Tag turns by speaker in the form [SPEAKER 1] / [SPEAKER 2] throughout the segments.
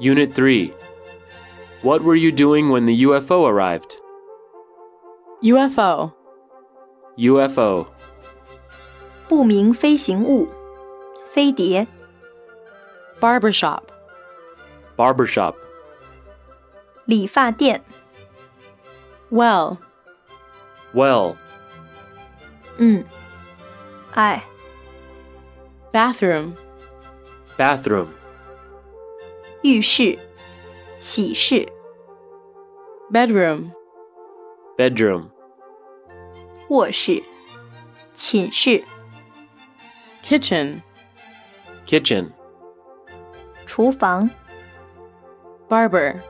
[SPEAKER 1] Unit 3 What were you doing when the UFO arrived?
[SPEAKER 2] UFO,
[SPEAKER 1] UFO,
[SPEAKER 3] 不明飞行物，飞碟，
[SPEAKER 2] barbershop,
[SPEAKER 1] barbershop,
[SPEAKER 3] 理发店，
[SPEAKER 2] well,
[SPEAKER 1] well,
[SPEAKER 3] 嗯，哎，
[SPEAKER 2] bathroom,
[SPEAKER 1] bathroom,
[SPEAKER 3] 浴室，喜事，
[SPEAKER 2] bedroom,
[SPEAKER 1] bedroom,
[SPEAKER 3] 卧室，寝室，
[SPEAKER 2] kitchen,
[SPEAKER 1] kitchen,
[SPEAKER 3] 厨房，
[SPEAKER 2] barber,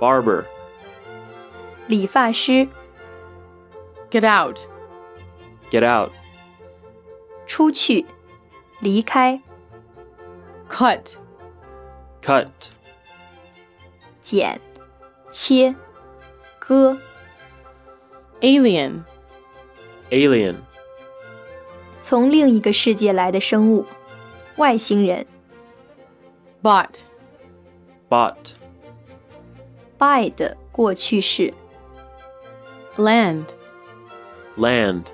[SPEAKER 1] barber,
[SPEAKER 3] 理发师，
[SPEAKER 2] get out,
[SPEAKER 1] get out,
[SPEAKER 3] 出去，离开，
[SPEAKER 2] cut,
[SPEAKER 1] cut,
[SPEAKER 3] 剪，切，割，
[SPEAKER 2] alien,
[SPEAKER 1] alien,
[SPEAKER 3] 从另一个世界来的生物，外星人
[SPEAKER 2] bought,
[SPEAKER 1] bought,
[SPEAKER 3] by 的过去式，
[SPEAKER 2] land,
[SPEAKER 1] land,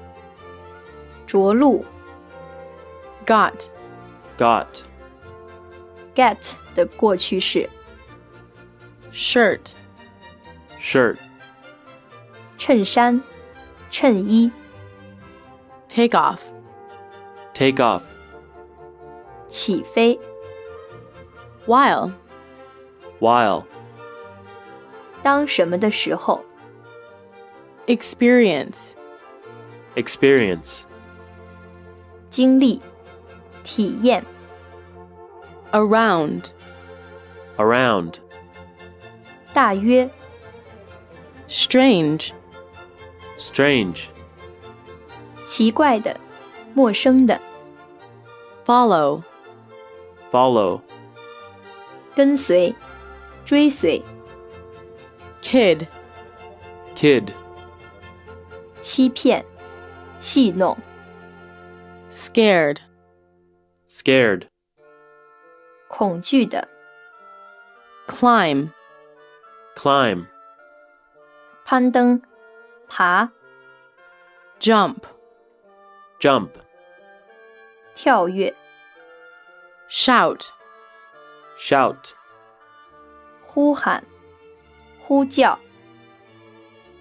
[SPEAKER 3] 着陆
[SPEAKER 2] got,
[SPEAKER 1] got,
[SPEAKER 3] get 的过去式，
[SPEAKER 2] shirt,
[SPEAKER 1] shirt,
[SPEAKER 3] 衬衫，衬衣，
[SPEAKER 2] take off,
[SPEAKER 1] take off,
[SPEAKER 3] 起飞，
[SPEAKER 2] while,
[SPEAKER 1] while,
[SPEAKER 3] 当什么的时候，
[SPEAKER 2] experience,
[SPEAKER 1] experience,
[SPEAKER 3] 经历，体验，
[SPEAKER 2] around,
[SPEAKER 1] around,
[SPEAKER 3] 大约，
[SPEAKER 2] strange,
[SPEAKER 1] strange,
[SPEAKER 3] 奇怪的，陌生的，
[SPEAKER 2] follow,
[SPEAKER 1] follow,
[SPEAKER 3] 跟随，追随，
[SPEAKER 2] kid,
[SPEAKER 1] kid,
[SPEAKER 3] 欺骗，戏弄，
[SPEAKER 2] scared,
[SPEAKER 1] scared,
[SPEAKER 3] 恐惧的，
[SPEAKER 2] climb,
[SPEAKER 1] climb,
[SPEAKER 3] 攀登，爬，
[SPEAKER 2] jump,
[SPEAKER 1] jump,
[SPEAKER 3] 跳跃，
[SPEAKER 2] shout,
[SPEAKER 1] shout,
[SPEAKER 3] 呼喊，呼叫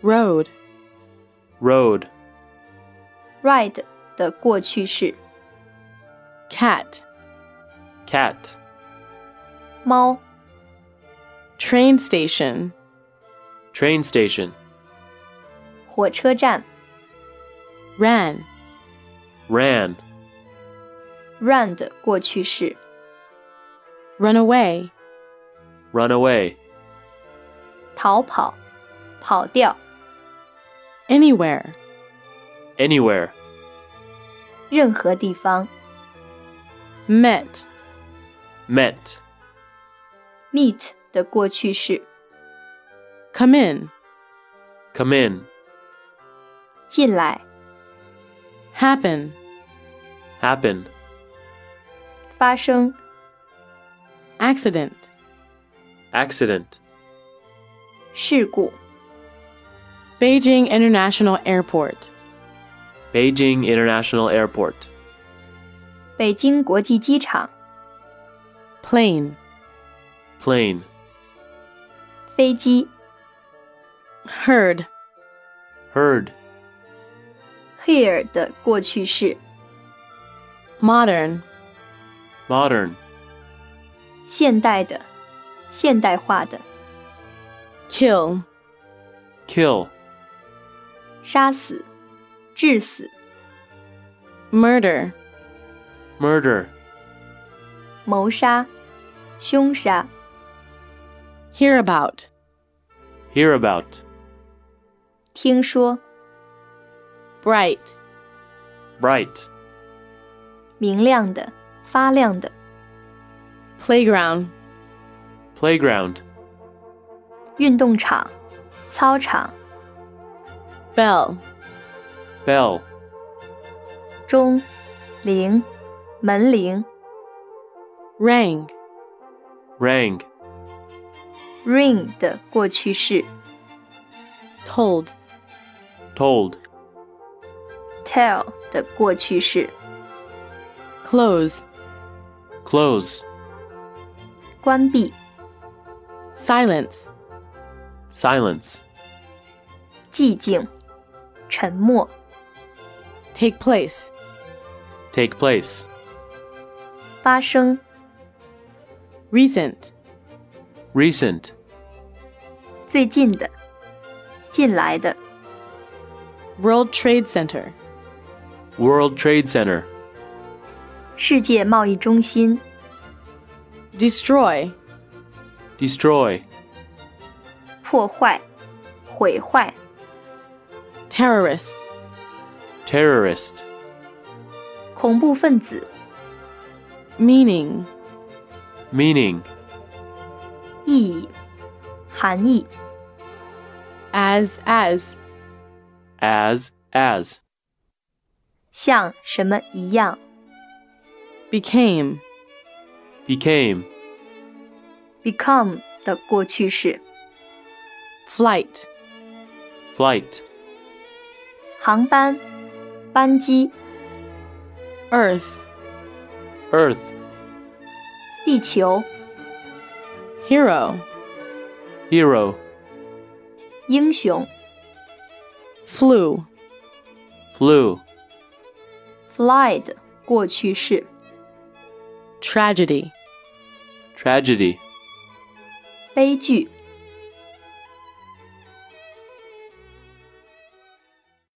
[SPEAKER 2] road,
[SPEAKER 1] road,
[SPEAKER 3] ，ride 的过去式，
[SPEAKER 2] cat,
[SPEAKER 1] cat,
[SPEAKER 3] 猫，
[SPEAKER 2] train station,
[SPEAKER 1] train station,
[SPEAKER 3] 火车站
[SPEAKER 2] ran,
[SPEAKER 1] ran,
[SPEAKER 3] ，run 的过去式，
[SPEAKER 2] run away,
[SPEAKER 1] run away,
[SPEAKER 3] 逃跑，跑掉，
[SPEAKER 2] anywhere,
[SPEAKER 1] anywhere,
[SPEAKER 3] 任何地方，
[SPEAKER 2] met,
[SPEAKER 1] met,
[SPEAKER 3] meet 的过去式，
[SPEAKER 2] come in,
[SPEAKER 1] come in,
[SPEAKER 3] 进来，
[SPEAKER 2] happen,
[SPEAKER 1] happen,
[SPEAKER 3] 发生，
[SPEAKER 2] accident,
[SPEAKER 1] accident,
[SPEAKER 3] 事故，
[SPEAKER 2] Beijing International Airport,
[SPEAKER 1] Beijing International Airport,
[SPEAKER 3] 北京国际机场，
[SPEAKER 2] plane,
[SPEAKER 1] plane,
[SPEAKER 3] 飞机。
[SPEAKER 2] herd,
[SPEAKER 1] herd,
[SPEAKER 3] here E 的过去式，
[SPEAKER 2] modern,
[SPEAKER 1] modern,
[SPEAKER 3] 现代的、现代化的、
[SPEAKER 2] kill,
[SPEAKER 1] kill,
[SPEAKER 3] 杀死、致死、
[SPEAKER 2] murder,
[SPEAKER 1] murder,
[SPEAKER 3] 谋杀、凶杀、
[SPEAKER 2] hear about,
[SPEAKER 1] hear about,
[SPEAKER 3] 听说、
[SPEAKER 2] bright,
[SPEAKER 1] bright,
[SPEAKER 3] 明亮的、发亮的、
[SPEAKER 2] playground,
[SPEAKER 1] playground,
[SPEAKER 3] 运动场、操场、
[SPEAKER 2] bell,
[SPEAKER 1] bell,
[SPEAKER 3] 钟、铃、门铃、
[SPEAKER 2] rang,
[SPEAKER 1] rang,
[SPEAKER 3] ring 的过去式
[SPEAKER 2] told,
[SPEAKER 1] told,
[SPEAKER 3] tell 的过去式。
[SPEAKER 2] close,
[SPEAKER 1] close,
[SPEAKER 3] 关闭、
[SPEAKER 2] silence,
[SPEAKER 1] silence,
[SPEAKER 3] 寂静、沉默、
[SPEAKER 2] take place,
[SPEAKER 1] take place,
[SPEAKER 3] 发生、
[SPEAKER 2] recent,
[SPEAKER 1] recent,
[SPEAKER 3] 最近的、近来的、
[SPEAKER 2] World Trade Center,
[SPEAKER 1] World Trade Center,
[SPEAKER 3] 世界贸易中心、
[SPEAKER 2] destroy,
[SPEAKER 1] destroy,
[SPEAKER 3] 破坏、毁坏、
[SPEAKER 2] terrorist,
[SPEAKER 1] terrorist,
[SPEAKER 3] 恐怖分子、
[SPEAKER 2] meaning,
[SPEAKER 1] meaning,
[SPEAKER 3] 意义、含义、
[SPEAKER 2] as, as,
[SPEAKER 1] as, as,
[SPEAKER 3] 像什么一样、
[SPEAKER 2] became,
[SPEAKER 1] became,
[SPEAKER 3] become 的过去式、
[SPEAKER 2] flight,
[SPEAKER 1] flight,
[SPEAKER 3] 航班、班机、
[SPEAKER 2] earth,
[SPEAKER 1] earth,
[SPEAKER 3] 地球、
[SPEAKER 2] hero,
[SPEAKER 1] hero,
[SPEAKER 3] 英雄、
[SPEAKER 2] flew,
[SPEAKER 1] flew,
[SPEAKER 3] fly 的过去式、
[SPEAKER 2] tragedy,
[SPEAKER 1] tragedy,
[SPEAKER 3] 悲剧、